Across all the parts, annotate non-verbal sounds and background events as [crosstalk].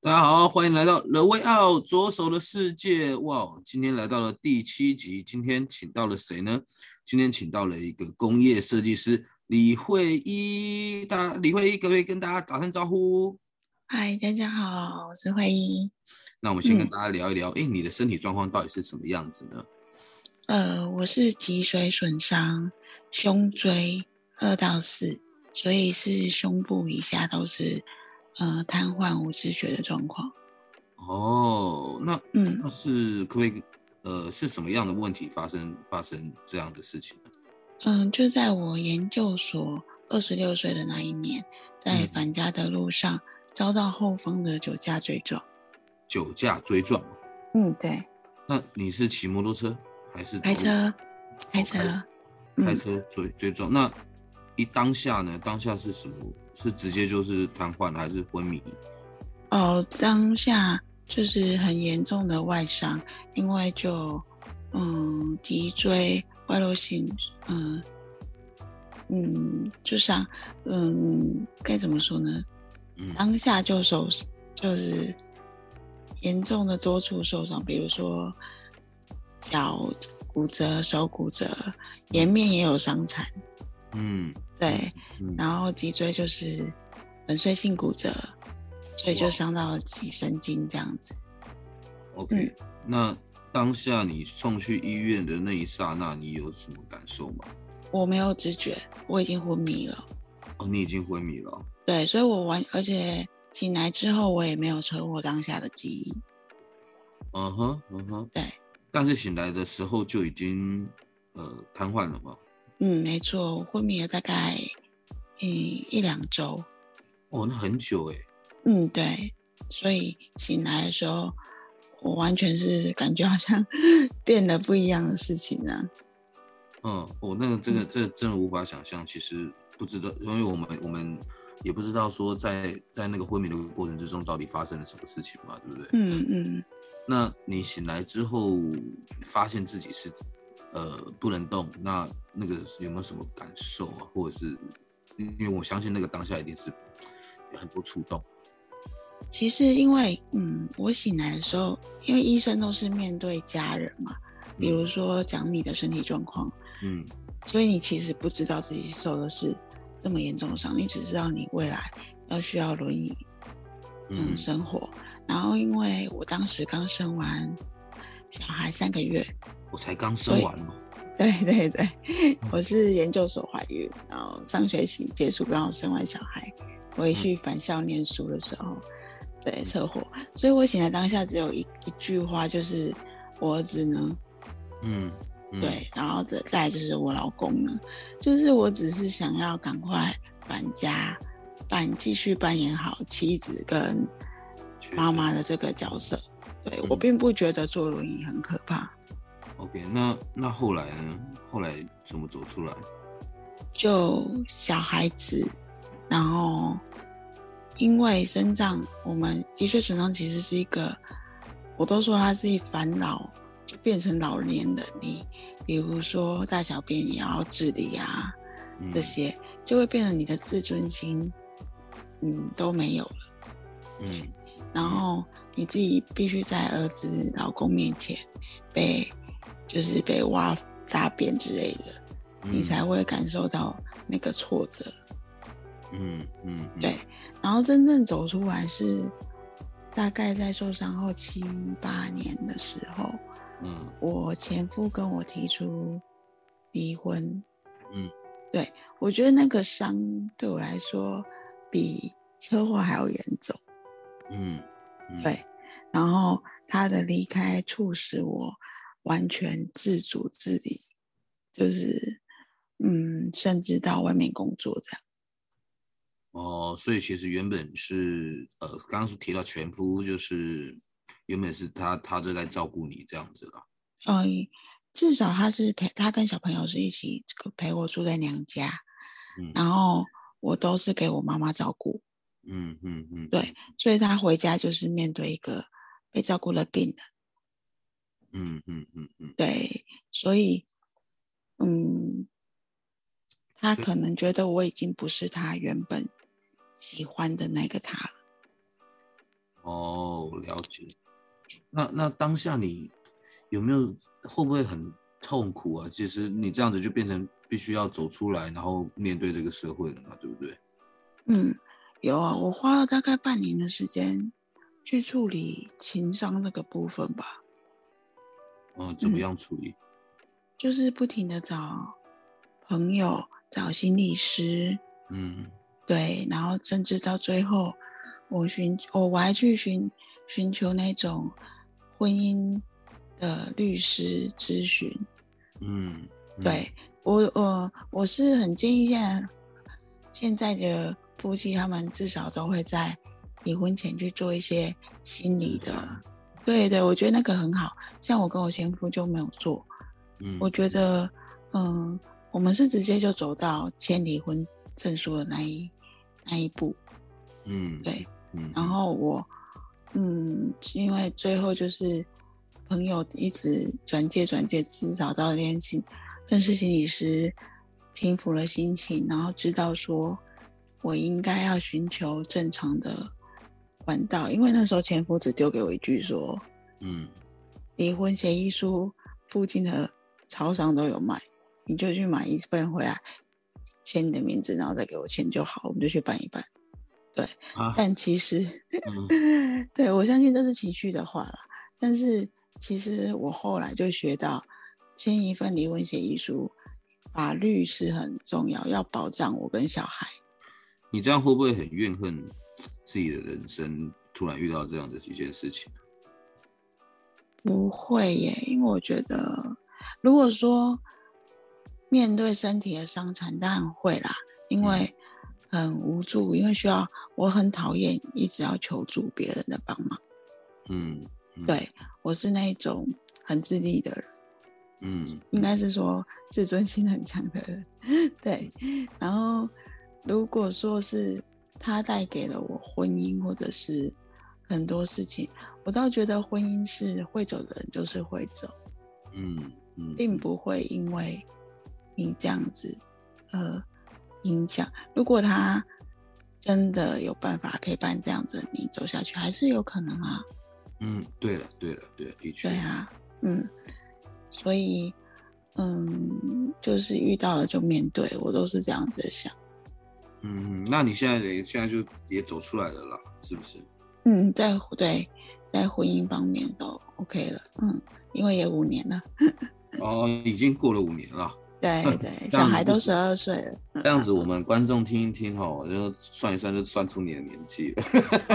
大家好，欢迎来到《The Way Out》左手的世界。哇，今天来到了第七集，今天请到了谁呢？今天请到了一个工业设计师李慧一，大李慧一，各位跟大家打声招呼。嗨，大家好，我是慧一。那我们先跟嗯大家聊一聊，哎、你的身体状况到底是什么样子呢？呃，我是脊髓损伤，胸椎二到四，所以是胸部以下都是呃瘫痪无知觉的状况。哦，那嗯，那是可不可以，呃，是什么样的问题发生发生这样的事情呢？嗯，就在我研究所二十六岁的那一年，在嗯返家的路上遭到后方的酒驾追撞。酒驾追撞，哦嗯，对，那你是骑摩托车还是走开路车，开哦车，开嗯车追追撞？那一当下呢？当下是什么？是直接就是瘫痪了还是昏迷？哦，当下就是很严重的外伤，因为就嗯脊椎外露性，嗯嗯，就像嗯该怎么说呢？嗯，当下就受就是严重的多处受伤，比如说脚骨折、手骨折，颜面也有伤残，嗯对，嗯，然后脊椎就是粉碎性骨折，所以就伤到了脊神经这样子。嗯 OK，、那当下你送去医院的那一刹那，你有什么感受吗？我没有知觉，我已经昏迷了。哦，你已经昏迷了哦。对，所以我完，而且醒来之后我也没有车祸当下的记忆。嗯哼，嗯哼。对。但是醒来的时候就已经呃瘫痪了嘛。嗯，没错，我昏迷了大概嗯一两周。哦，那很久哎、嗯，对，所以醒来的时候，我完全是感觉好像 [laughs] 变得不一样的事情啊呢、嗯，哦，那个这个这个真的无法想象，其实不知道，因为我们我们也不知道说在在那个昏迷的过程之中到底发生了什么事情嘛，对不对？嗯嗯，那你醒来之后发现自己是呃不能动，那那个有没有什么感受啊？或者是因为我相信那个当下一定是有很多触动，其实因为嗯我醒来的时候，因为医生都是面对家人嘛，比如说讲你的身体状况，嗯所以你其实不知道自己受的是这么严重的伤，你只知道你未来要需要轮椅嗯嗯生活。然后因为我当时刚生完小孩三个月，我才刚生完嘛， [laughs] 对对对，我是研究所怀孕，然后上学期结束，然后生完小孩回去返校念书的时候，嗯对车祸，所以我醒来当下只有一一句话，就是我儿子呢嗯，嗯对，然后再再来就是我老公呢，就是我只是想要赶快返家，扮继续扮演好妻子跟确实妈妈的这个角色。对我嗯并不觉得坐轮椅很可怕， OK，那那后来呢？后来怎么走出来？就小孩子，然后因为生长，我们脊髓损伤其实是一个，我都说它是一烦恼，就变成老年人，你比如说大小便也要治理啊，嗯这些，就会变得你的自尊心，嗯，都没有了。嗯然后你自己必须在儿子、老公面前被，就是被挖大便之类的，嗯你才会感受到那个挫折。嗯嗯嗯对然后真正走出来是，大概在受伤后七八年的时候，嗯我前夫跟我提出离婚。嗯，对，我觉得那个伤对我来说比车祸还要严重。嗯嗯对，然后他的离开促使我完全自主自理，就是嗯，甚至到外面工作这样。哦，所以其实原本是呃，刚刚是提到前夫，就是呃原本是他他就在照顾你这样子啦。嗯，至少他是陪他跟小朋友是一起这个陪我住在娘家，嗯然后我都是给我妈妈照顾，嗯嗯嗯，对，所以他回家就是面对一个被照顾的病人。嗯嗯嗯嗯，对，所以，嗯，他所以可能觉得我已经不是他原本喜欢的那个他了。哦，了解。那那当下你有没有会不会很痛苦啊？其实你这样子就变成必须要走出来，然后面对这个社会了嘛，对不对？嗯，有啊，我花了大概半年的时间去处理情商那个部分吧，嗯，怎么嗯样处理？就是不停的找朋友、找心理师，嗯对，然后甚至到最后，我寻哦我我还去寻寻求那种婚姻的律师咨询。嗯，嗯，对我，我我是很建议现在现在的夫妻，他们至少都会在离婚前去做一些心理的。对对，我觉得那个很好。像我跟我前夫就没有做，嗯，我觉得，嗯，我们是直接就走到签离婚证书的那一那一步。嗯对，嗯，然后我，嗯，因为最后就是朋友一直转介转介，至少到认识认识心理师，平复了心情，然后知道说我应该要寻求正常的管道，因为那时候前夫只丢给我一句说，嗯离婚协议书附近的超商都有卖，你就去买一份回来，签你的名字，然后再给我钱就好，我们就去办一办。啊，但其实。 [laughs] 嗯对，我相信这是情绪的话啦。但是其实我后来就学到，签一份离婚协议书，法律是很重要，要保障我跟小孩。你这样会不会很怨恨自己的人生？突然遇到这样的一件事情，不会耶，因为我觉得，如果说面对身体的伤残，当然会啦，因为很无助，因为需要，我很讨厌一直要求助别人的帮忙。嗯，嗯，对我是那一种很自立的人。嗯应该是说自尊心很强的人，对。然后，如果说是他带给了我婚姻或者是很多事情，我倒觉得婚姻是会走的人就是会走，嗯嗯，并不会因为你这样子呃影响。如果他真的有办法陪伴这样子的你走下去，还是有可能啊。嗯，对了对了对了，的确，对啊，嗯，所以，嗯，就是遇到了就面对，我都是这样子想。嗯，嗯那你现在也现在就也走出来了啦，是不是？嗯，在对，在婚姻方面都 OK 了，嗯，因为也五年了，嗯哦，已经过了五年了。 [laughs] 对这对，样小子孩都不十二岁了，这样子，嗯我们观众听一听哦，就算一算，就算出你的年纪了。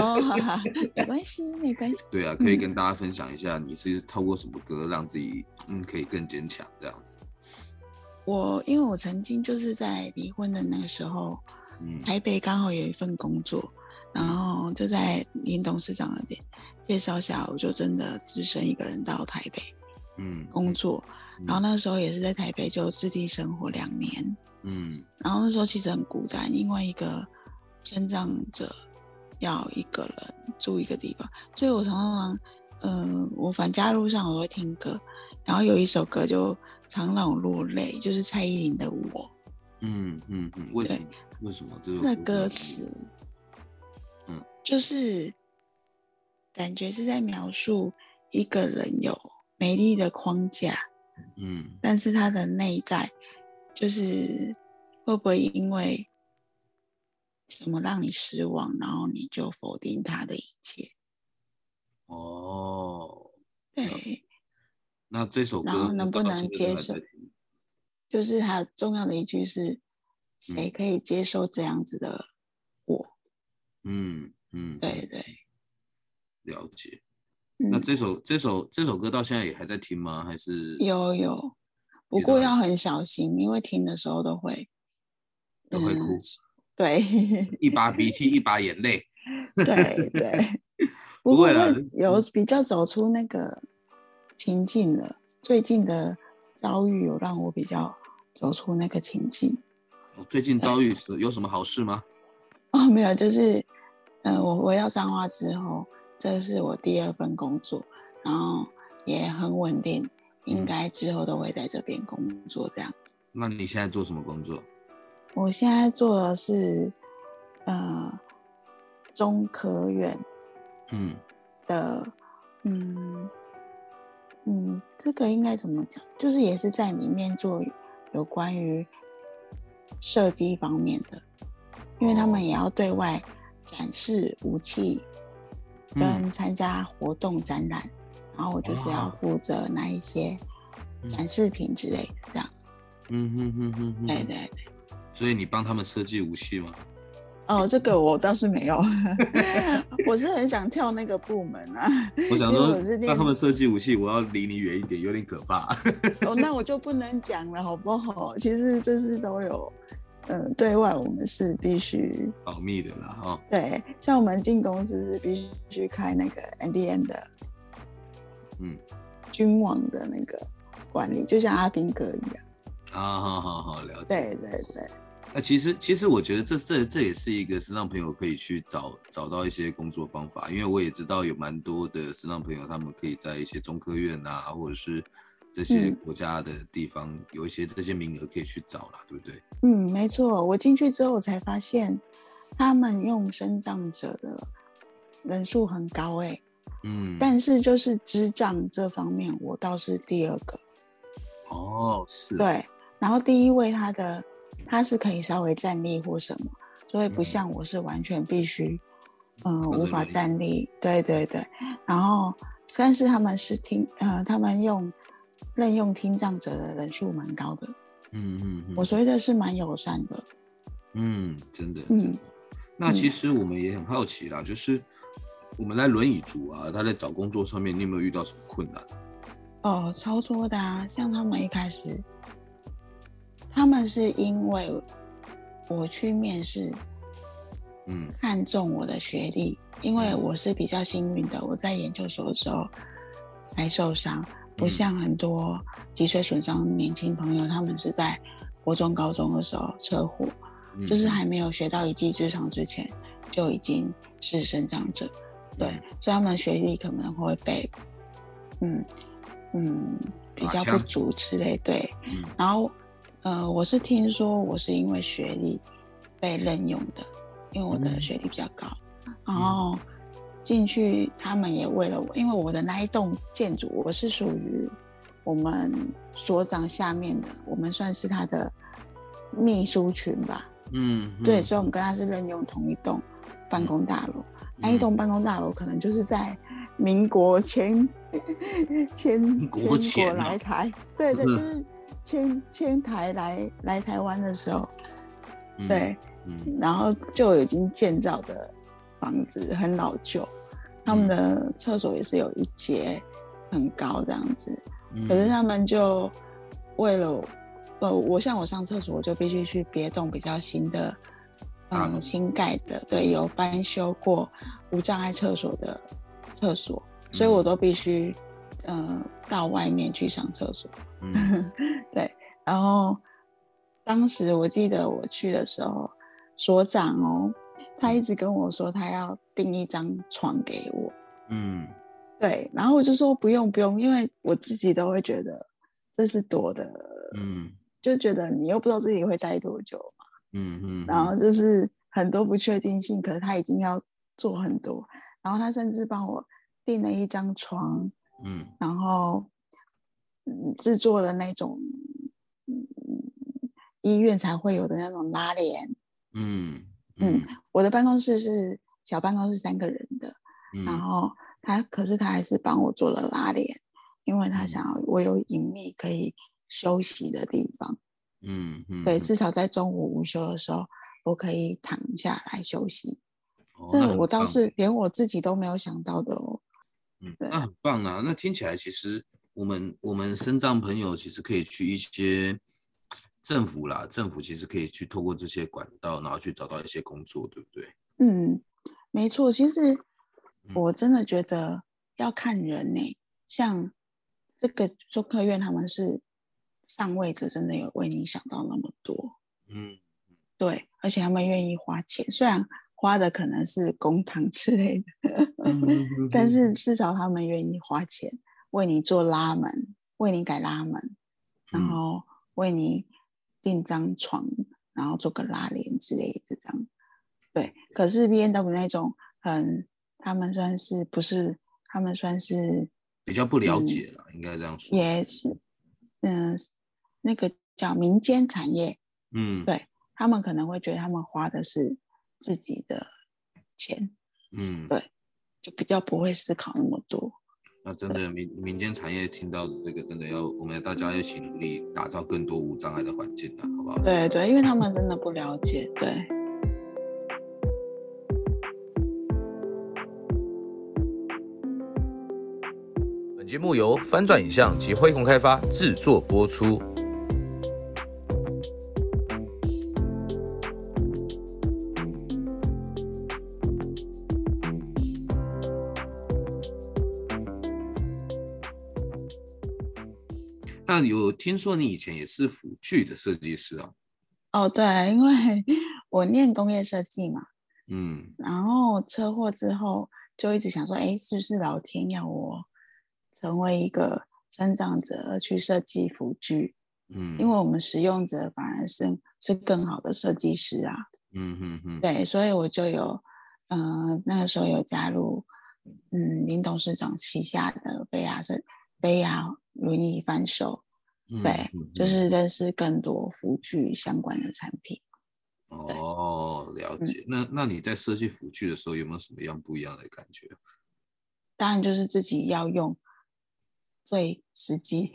[laughs] 哦，哈哈，没关系，没关系，对啊，可以嗯跟大家分享一下，你是透过什么歌让自己嗯可以更坚强这样子。我因为我曾经就是在离婚的那个时候，嗯台北刚好有一份工作，然后就在林董事长的介介绍下，我就真的只身一个人到台北嗯，工作，嗯然后那时候也是在台北就自地生活两年，嗯然后那时候其实很孤单，因为一个生长者要一个人住一个地方，所以我常常，呃，我返家路上我会听歌，然后有一首歌就常让我落泪，就是蔡依林的《我》，嗯嗯嗯，为什么？为什么这首那歌歌让你词，嗯，就是感觉是在描述一个人有美丽的框架，嗯但是他的内在就是会不会因为什么让你失望，然后你就否定他的一切？哦，对，那这首歌然后能不能到现在都还接受在听就是还有重要的一句是：谁可以接受这样子的我？嗯嗯，对，对，了解。那嗯，这首这首这首歌到现在也还在听吗？还是有有，不过要很小心，因为听的时候都会都会哭嗯，对一把鼻涕一把眼泪。 [laughs] 对对，不不会过啦嗯会有比较走出那个情境了。最近的遭遇有让我比较走出那个情境。我哦最近遭遇什有什么好事吗？哦，没有，就是，呃，我我要彰化之后，这是我第二份工作，然后也很稳定，应嗯该之后都会在这边工作这样。那你现在做什么工作？我现在做的是，呃，中科院嗯，的，嗯嗯，这个应该怎么讲？就是也是在里面做有关于射击方面的，因为他们也要对外展示武器，嗯跟参加活动展览，然后我就是要哇哦负责那一些嗯展示品之类的，这样。嗯哼哼哼哼，对对。所以你帮他们设计武器 [laughs] 吗？哦，这个我倒是没有， [laughs] 我是很想跳那个部门啊。我想因为说我是练让他们设计武器，我要离你远一点，有点可怕。 [laughs] 哦，那我就不能讲了，好不好？其实这是都有，嗯，对外我们是必须保密的啦，哦，对，像我们进公司是必须开那个 NDM 的，嗯，军网的那个管理，就像阿兵哥一样。啊，好好好，了解。对对对，那其实其实我觉得这这这也是一个是让朋友可以去找找到一些工作方法，因为我也知道有蛮多的是让朋友他们可以在一些中科院啊，或者是这些嗯国家的地方、有一些这些名额可以去找啦，对不对？嗯，没错。我进去之后我才发现，他们用生长者的人数很高诶、嗯，但是就是智障这方面，我倒是第二个。哦是啊，对，然后第一位他的他是可以稍微站立或什么，所以不嗯像我是完全必须，嗯、靠无着法你站立。对对对，然后但是他们是听呃，他们用任用听障者的人数蛮高的，嗯嗯嗯，我觉得是蛮友善的。嗯，真的，嗯真的。那其嗯实我们也很好奇啦，就是我们在轮椅族啊，他在找工作上面，你有没有遇到什么困难？哦，超多的啊！像他们一开始，他们是因为我去面试，嗯看中我的学历，因为嗯我是比较幸运的，我在研究所的时候才受伤，不嗯像很多脊髓损伤年轻朋友，他们是在国中、高中的时候车祸，嗯就是还没有学到一技之长之前就已经是生长者，对，嗯所以他们学历可能会被，嗯嗯比打较不枪足之类，对，嗯然后，呃，我是听说我是因为学历被任用的，因为我的嗯学历比较高，然后进去他们也为了我，因为我的那一栋建筑我是属于我们所长下面的，我们算是他的秘书群吧，嗯，嗯对，所以我们跟他是任用同一栋办公大楼。那一栋嗯办公大楼可能就是在民国前前国前前国啊来台，对对，嗯就是迁迁台来来台湾的时候，嗯，对，嗯然后就已经建造的房子很老旧，他们嗯的厕所也是有一节很高这样子，嗯，可是他们就为了，呃，我像我上厕所，我就必须去别栋比较新的，大楼嗯，新盖的，对，有翻修过无障碍厕所的厕所，所以嗯我都必须，呃，到外面去上厕所。嗯然后当时我记得我去的时候，所长哦，他一直跟我说他要订一张床给我，嗯对，然后我就说不用不用，因为我自己都会觉得这是多的，嗯就觉得你又不知道自己会待多久嘛，嗯嗯，然后就是很多不确定性，可是他已经要做很多，然后他甚至帮我订了一张床，嗯然后嗯制作了那种嗯医院才会有的那种拉帘，嗯嗯我的办公室是小办公室三个人的，嗯然后他可是他还是帮我做了拉链，因为他嗯想要我有隐秘可以休息的地方，嗯嗯，对，至少在中午午休的时候，我可以躺下来休息。哦那这很我倒棒是连我自己都没有想到的哦。嗯，对那很棒啊！那听起来其实我们我们身障朋友其实可以去一些政府啦，政府其实可以去透过这些管道，然后去找到一些工作，对不对？嗯，没错。其实嗯我真的觉得要看人呢、像这个中科院他们是上位者，真的有为你想到那么多，嗯，对，而且他们愿意花钱，虽然花的可能是公堂之类的，嗯但是至少他们愿意花钱为你做拉门，为你改拉门，然嗯后为你订张床，然后做个拉帘之类的这样。对，可是 B N W 那种很，他们算是不是？他们算是比较不了解啦，应该这样说。也是，嗯、那个叫民间产业，嗯对他们可能会觉得他们花的是自己的钱，嗯，就比较不会思考那么多。那真的民民间产业听到这个，真的要我们大家一起努力，打造更多无障碍的环境啦，啊好不好？对对，因为他们真的不了解，对。本节目由翻转影像及辉鸿开发制作播出。那有听说你以前也是辅具的设计师啊？哦，对，因为 [laughs] 我念工业设计嘛，嗯然后车祸之后就一直想说，哎，是不是老天要我成为一个生长者而去设计辅具？嗯，因为我们使用者反而是是更好的设计师啊。嗯哼哼，对，所以我就有，呃，那个时候有加入，嗯，林董事长旗下的贝亚是贝亚轮椅贩售，嗯对哼哼就是认识更多辅具相关的产品。哦，了嗯解。那那你在设计辅具的时候，有没有什么样不一样的感觉？ [laughs] 当然就是自己要用最实际，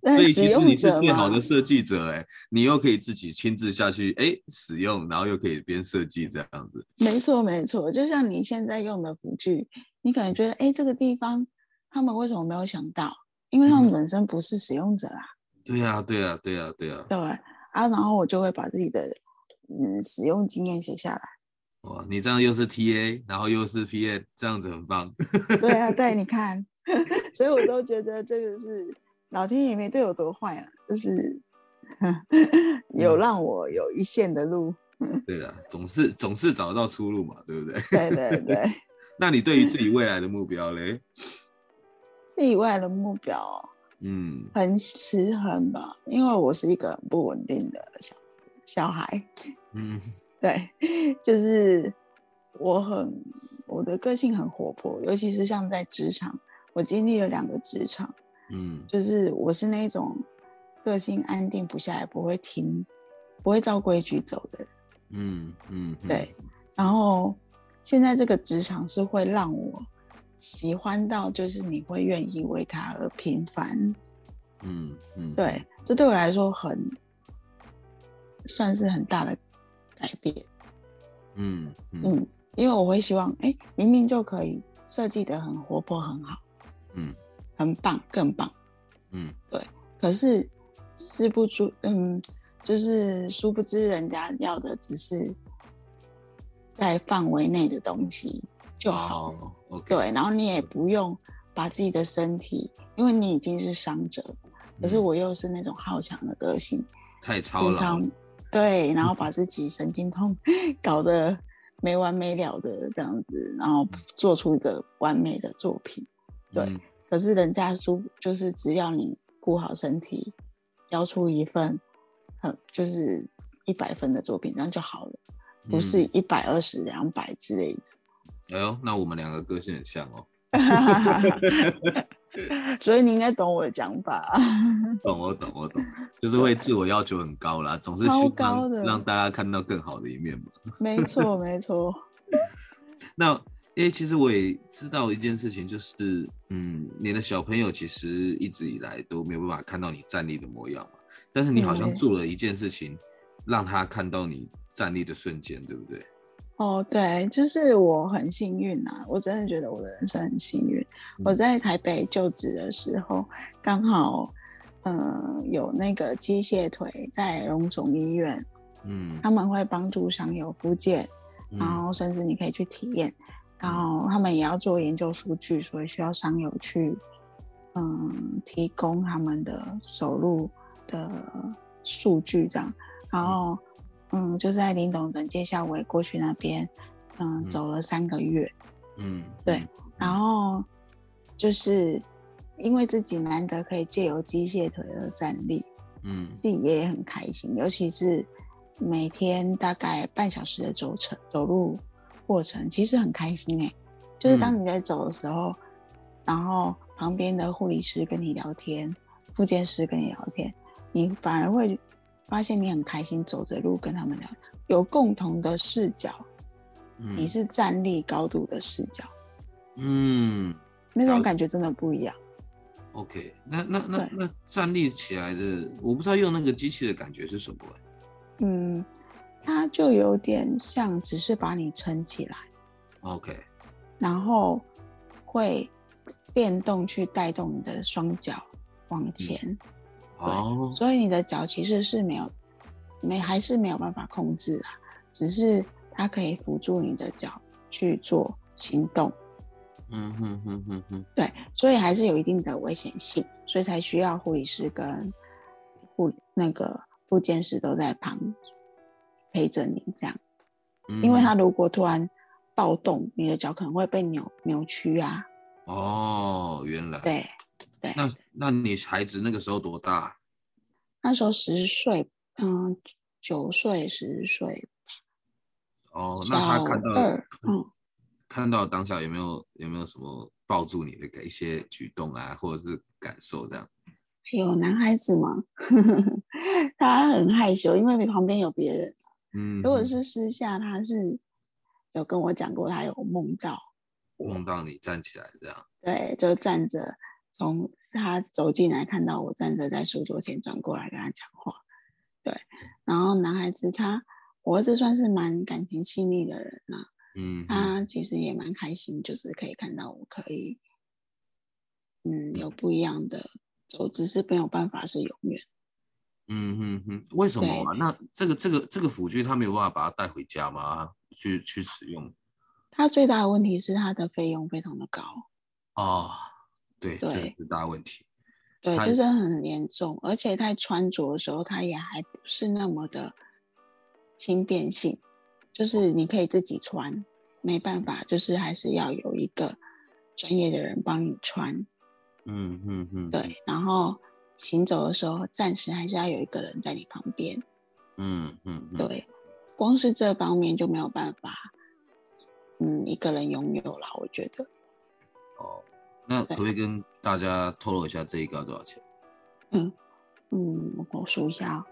但 [laughs] 所以其呃使实用你是者最好嘛，的设计者哎、你又可以自己亲自下去哎、使用，然后又可以边设计这样子。没错没错，就像你现在用的辅具，你可能觉得，哎，这个地方他们为什么没有想到？因为他嗯们本身不是使用者啊。对呀、对呀、对呀、对呀、对啊，然后我就会把自己的嗯使用经验写下来。哇，你这样又是 TA，然后又是 PM，这样子很 [laughs] 棒。对啊，对，你看， [laughs] 所以我都觉得这个是老天爷没对我多坏啊，就是 [laughs] 有嗯让我有一线的路。对呀、总是总是找到出路嘛，对不对？ [laughs] 对对对， [laughs] 那你对于自己未来的目标嘞？自己未来的目标哦嗯，很失衡吧，因为我是一个很不稳定的小小孩。嗯对， [laughs] 就是我很我的个性很活泼，尤其是像在职场，我经历了两个职场，嗯就是我是那种个性安定不下来，不会听，不会照规矩走的人。嗯嗯，嗯对，然后现在这个职场是会让我喜欢到，就是你会愿意为他而平凡。嗯嗯，对，这对我来说很算是很大的改变。嗯嗯嗯，因为我会希望，哎，明明就可以设计的很活泼，很好，嗯很棒，更棒。嗯可是，知不知，嗯，就是殊不知人家要的只是在范围内的东西就好。哦，OK，对，然后你也不用把自己的身体，因为你已经是伤者，可是嗯我又是那种好强的个性，太时操劳嗯常了，对，然后把自己神经痛 [laughs] 搞得没完没了的这样子，然后做出一个完美的作品。对嗯可是人家书就是只要你顾好身体，交出一份很就是一百分的作品，这样就好了，不嗯是一百二十、两百之类的。 [laughs] 哎呦，那我们两个个性很像哦。所以你应该懂我的讲法。 [laughs] 懂，我懂，我懂，就是会自我要求很高啦，总是超希高望的让大家看到更好的一面嘛。没错，没错。那因为其实我也知道一件事情，就是嗯，你的小朋友其实一直以来都没有办法看到你站立的模样嘛，但是你好像嗯做了一件事情，让他看到你站立的瞬间，对不对？哦，对，就是我很幸运啊，我真的觉得我的人生很幸运。我在台北就职的时候，刚好呃有那个机械腿在荣总医院，嗯他们会帮助伤友复健，然嗯后甚至你可以去体验，然后他们也要做研究数据，所以需要商友去嗯提供他们的收入的数据这样，然后嗯就在林董的介绍我也过去那边嗯嗯走了三个月，嗯，对然后就是因为自己难得可以借由机械腿而站立，嗯自己也很开心，尤其是每天大概半小时的走程走路过程，其实很开心哎、就是当嗯你在走的时候，然后旁边的护理师跟你聊天，复健师跟你聊天，你反而会发现你很开心，走着路跟他们聊，有共同的视角，嗯，你是站立高度的视角，嗯那了种解感觉真的不一样。 OK，那那那对那站立起来的，我不知道用那个机器的感觉是什么欸、嗯，它就有点像，只是把你撑起来， OK，然后会电动去带动你的双脚往前，哦，所以你的脚其实是没有没还是没有办法控制啊，只是它可以辅助你的脚去做行动，嗯哼哼哼哼，对，所以还是有一定的危险性，所以才需要护理师跟护那个护健师都在旁陪着你这样。嗯因为它如果突然暴动，你的脚可能会被扭扭曲啊。哦，原来，对，对，那那你孩子那个时候多大？啊那时候十岁，嗯，九岁、十岁，哦，小那他看到二，嗯，看到当下有没有有没有什么抱住你的一些举动啊，或者是感受这样？有男孩子嘛， [laughs] 他很害羞，因为旁边有别人。嗯，如果是私下，他是有跟我讲过，他有梦到，梦到你站起来这样，对，就站着，从他走进来看到我站着在书桌前，转过来跟他讲话。对，然后男孩子他，我儿子算是蛮感情细腻的人啦、嗯哼，他啊其实也蛮开心，就是可以看到我可以，嗯，有不一样的走，只是没有办法是永远。嗯哼哼，为什么啊？那这个这个这个辅具他没有办法把它带回家吗？去去使用？他最大的问题是他的费用非常的高，哦，对，这对是大问题。对，他就是很严重，而且在穿着的时候，它也还不是那么的轻便性，就是你可以自己穿，没办法，就是还是要有一个专业的人帮你穿，嗯嗯嗯，对，，然后行走的时候，暂时还是要有一个人在你旁边，嗯嗯嗯，对，光是这方面就没有办法，嗯，一个人拥有了，我觉得，哦，那可不可以跟大家透露一下这一个要多少钱？嗯，我我数一下、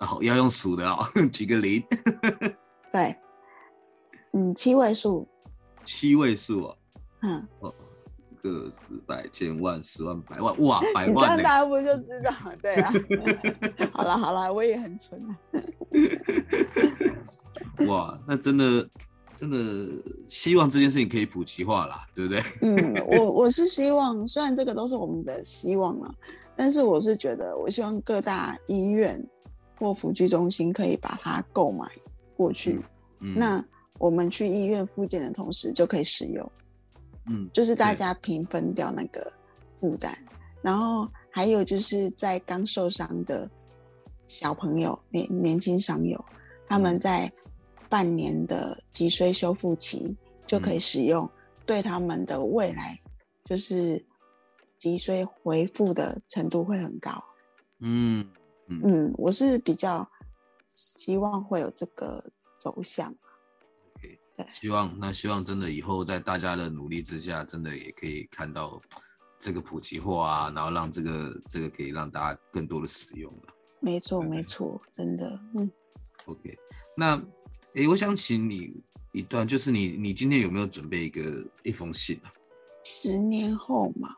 哦，哦，要用数的哦， [laughs] 几个零，对，嗯，七位数，七位数啊，嗯。个十百千万十万百万，哇，百你这样万、欸！大家不就知道？ [laughs] 对啊， [laughs] 好啦好啦，我也很蠢 [laughs] 啊。哇，那真的真的希望这件事情可以普及化啦，对不 [laughs] 对？嗯，我我是希望，虽然这个都是我们的希望了，但是我是觉得，我希望各大医院或辅具中心可以把它购买过去。嗯，那我们去医院复健的同时就可以使用，嗯就是大对家平分掉那个负担。然后还有就是在刚受伤的小朋友、年年轻伤友，他们嗯在半年的脊髓修复期就可以嗯使用，对他们的未来就是脊髓恢复的程度会很高。嗯嗯嗯，我是比较希望会有这个走向。希望那希望真的以后在大家的努力之下，真的也可以看到这个普及化啊，然后让这个这个可以让大家更多的使用啊了。没嗯错，没错，真的，嗯。 OK，那诶，我想请你一段，就是你你今天有没有准备一个一封信啊？十年后嘛，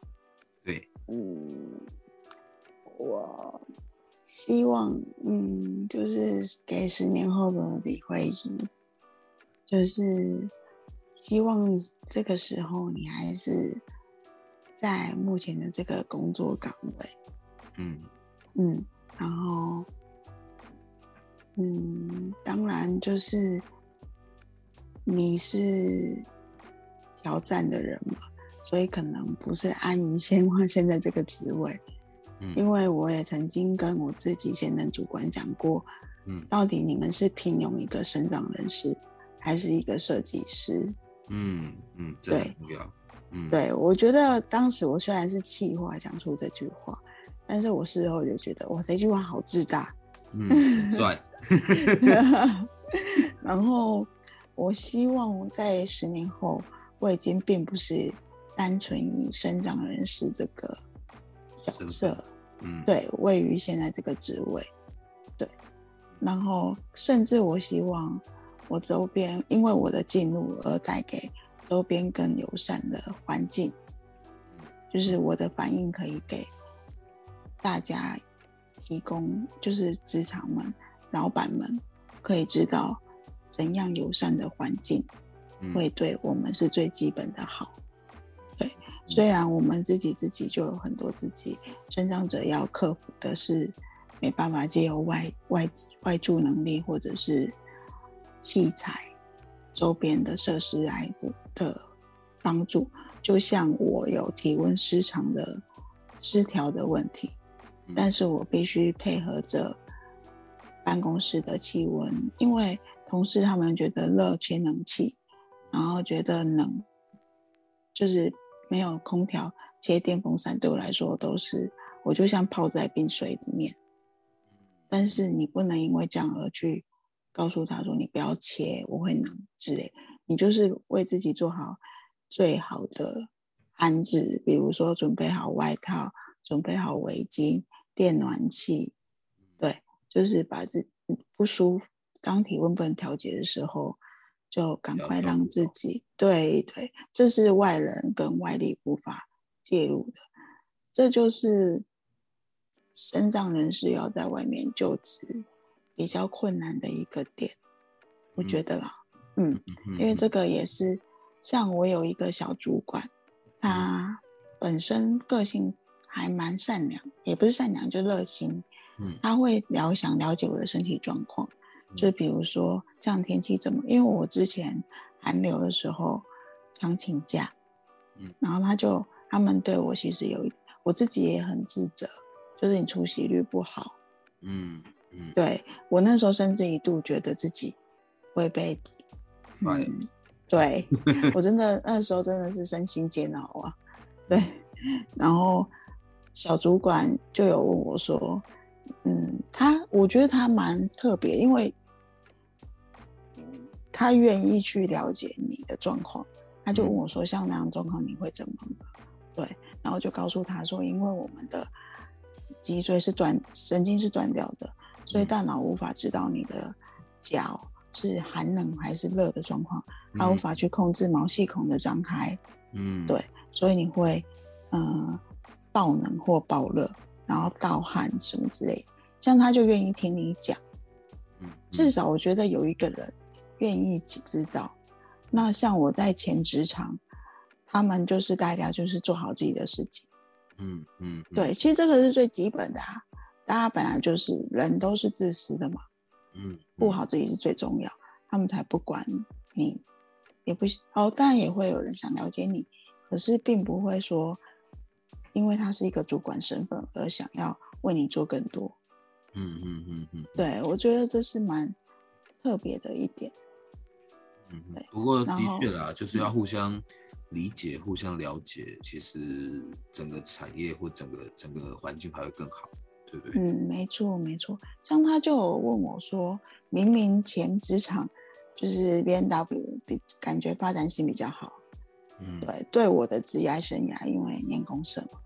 对，嗯，我希望，嗯，就是给十年后的李慧仪，就是希望这个时候你还是在目前的这个工作岗位，嗯嗯，然后，嗯，当然就是你是挑战的人嘛，所以可能不是安于现况现在这个职位，因嗯为我也曾经跟我自己现任主管讲过，嗯到底你们是聘用一个生长人士，还是一个设计师？嗯嗯，这很对重要。嗯，，对，我觉得当时我虽然是气话讲出这句话，但是我事后就觉得哇，这句话好自大。嗯，对， [laughs] 然后我希望我在十年后，我已经并不是单纯以生长人士这个身角份色，嗯，对，位于现在这个职位，对，然后甚至我希望我周边因为我的进入而带给周边更友善的环境，就是我的反应可以给大家提供，就是职场们、老板们可以知道怎样友善的环境嗯会对我们是最基本的好。嗯虽然我们自己自己就有很多自己生长者要克服的是没办法借由外外外助能力或者是器材周边的设施来的的帮助，就像我有体温失常的失调的问题，嗯但是我必须配合着办公室的气温，因为同事他们觉得热缺冷气，然后觉得冷，就是没有空调切电风扇，对我来说都是我就像泡在冰水里面。但是你不能因为这样而去告诉他说你不要切，我会冷之类。你就是为自己做好最好的安置，比如说准备好外套，准备好围巾、电暖器，嗯对，就是把自不舒服，当体温不能调节的时候，就赶要快照让顾自好己，对对，这是外人跟外力无法介入的，这就是身障人士要在外面就职比较困难的一个点，我嗯觉得啦，嗯嗯因为这个也是，像我有一个小主管，嗯他本身个性还蛮善良，也不是善良，就热心。嗯他会了想了解我的身体状况，嗯就比如说像天气怎么，因为我之前寒流的时候常请假，嗯，然后他就他们对我其实有一，我自己也很自责，就是你出席率不好，嗯嗯对我那时候甚至一度觉得自己会被， Fire 嗯，对 [laughs] 我真的那时候真的是身心煎熬啊，对，然后小主管就有问我说，嗯，他我觉得他蛮特别，因为他愿意去了解你的状况，他就问我说，像那样状况你会怎么了对，然后就告诉他说，因为我们的脊椎是断，神经是断掉的，所以嗯大脑无法知道你的脚是寒冷还是热的状况，它无嗯法去控制毛细孔的张开，嗯对所以你会呃爆冷或爆热，然后盗汗什么之类的。像他就愿意听你讲，嗯至少我觉得有一个人愿意知道。那像我在前职场，他们就是大家就是做好自己的事情。嗯嗯嗯对，其实这个是最基本的啊。大家本来就是人都是自私的嘛，嗯顾好自己是最重要，他们才不管你，也不哦，当然也会有人想了解你，可是并不会说，因为他是一个主管身份而想要为你做更多。嗯嗯嗯嗯对我觉得这是蛮特别的一点。嗯嗯对。不过然的后确啦，就是要嗯互相理解、互相了解，其实整个产业或整个整个环境还会更好，对不对？嗯，没错没错。像他就有问我说，明明前职场就是 B N W 比感觉发展性比较好，嗯，对对我的职业生涯，因为念公社嘛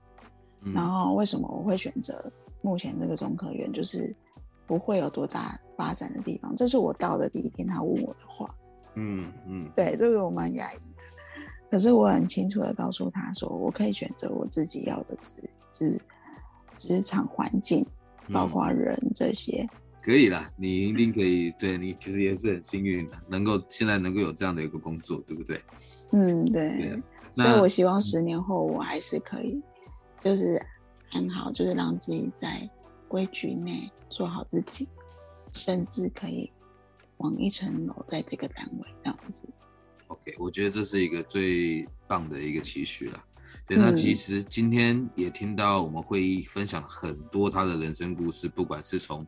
嗯，然后为什么我会选择目前这个中科院，就是不会有多大发展的地方。这是我到的第一天，他问我的话，嗯嗯，对这个我蛮压抑的。可是我很清楚的告诉他说，我可以选择我自己要的职职职场环境，包嗯括人这些。可以啦，你一定可以，对你其实也是很幸运的，能够现在能够有这样的一个工作，对不对？嗯，对。嗯对啊所那以我希望十年后我还是可以，就是安好，就是让自己在规矩内做好自己，甚至可以往一层楼，在这个单位这样子。 OK，我觉得这是一个最棒的一个期许了。对，那嗯其实今天也听到我们会议分享很多他的人生故事，不管是从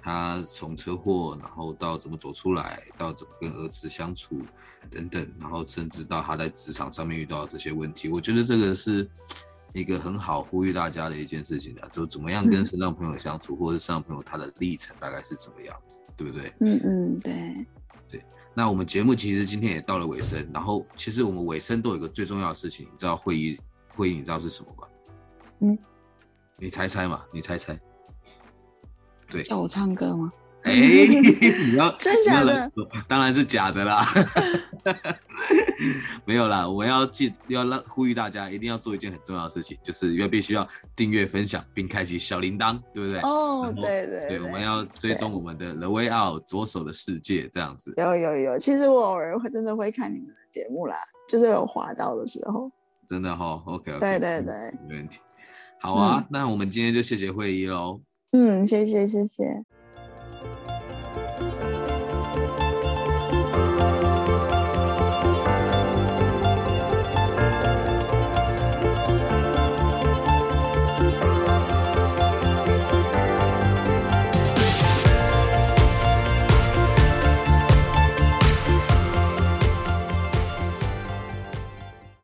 他从车祸，然后到怎么走出来，到怎么跟儿子相处等等，然后甚至到他在职场上面遇到的这些问题，我觉得这个是一个很好呼吁大家的一件事情啊，就怎么样跟嗯身障朋友相处，或者身障朋友他的历程大概是怎么样子，对不对？嗯嗯，对，那我们节目其实今天也到了尾声，然后其实我们尾声都有一个最重要的事情，你知道会议会议你知道是什么吗？嗯，你猜猜嘛，你猜 [laughs] 猜。对，叫我唱歌吗？哎、 [laughs] 你要真假的？你要来哦当然是假的啦。 [laughs] 没有啦，我要记要让呼吁大家一定要做一件很重要的事情，就是要必须要订阅、分享并开启小铃铛，对不对？哦然，后对对对，我们要追踪我们的 The Way Out 左手的世界这样子。有有有，其实我偶尔会真的会看你们的节目啦，就是有滑到的时候。真的哈、哦、，OK，, o k 对对对，没问题。好啊，嗯那我们今天就谢谢会议喽。嗯，谢谢谢谢。